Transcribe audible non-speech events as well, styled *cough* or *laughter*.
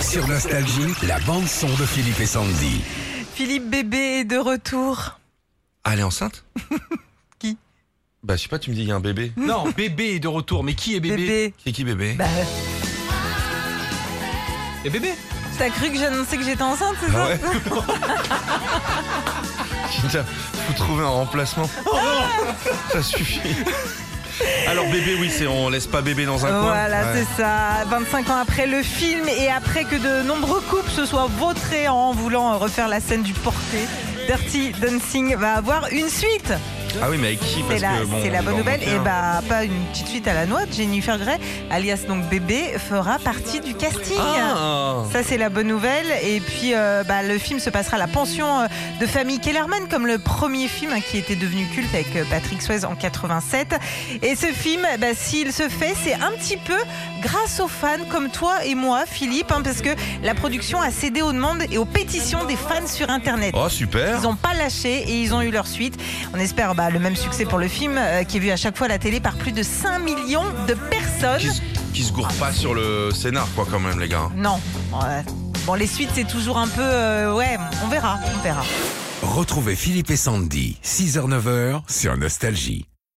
Sur Nostalgie, la bande son de Philippe et Sandy. Philippe bébé est de retour. Ah, elle est enceinte *laughs* Qui Bah, je sais pas, tu me dis, il y a un bébé. Non, bébé est de retour. Mais qui est bébé, Bébé. C'est qui bébé Bah, Bah, Et bébé t'as cru que j'annonçais que j'étais enceinte, c'est Ah ça ouais Putain, faut trouver un remplacement. Oh, Ça suffit. Alors, bébé, oui, c'est on laisse pas bébé dans un coin. Voilà, Ouais. c'est ça. 25 ans après le film et après que de nombreux couples se soient vautrés en voulant euh, refaire la scène du porté, Dirty Dancing va avoir une suite. Ah oui, mais avec qui Parce C'est la, que, bon, c'est la on va bonne hein. en nouvelle. manquer Et un. bah, pas une petite suite à la noix. Jennifer Grey, alias donc bébé, fera partie du casting. Ah Ça, c'est la bonne nouvelle. Et puis, euh, bah, le film se passera à la pension euh, de famille Kellerman, comme le premier film hein, qui était devenu culte avec euh, Patrick Swayze en 87. Et ce film, bah, s'il se fait, c'est un petit peu grâce aux fans comme toi et moi, Philippe, hein, parce que la production a cédé aux demandes et aux pétitions des fans sur Internet. Oh, super Ils n'ont pas lâché et ils ont eu leur suite. On espère bah, le même succès pour le film euh, qui est vu à chaque fois à la télé par plus de 5 millions de personnes. qui, se- qui se gourre pas sur le scénar, quoi, quand même, les gars. Non. Ouais. Bon, les suites, c'est toujours un peu. euh, ouais, on verra, on verra. Retrouvez Philippe et Sandy, 6h-9h sur Nostalgie.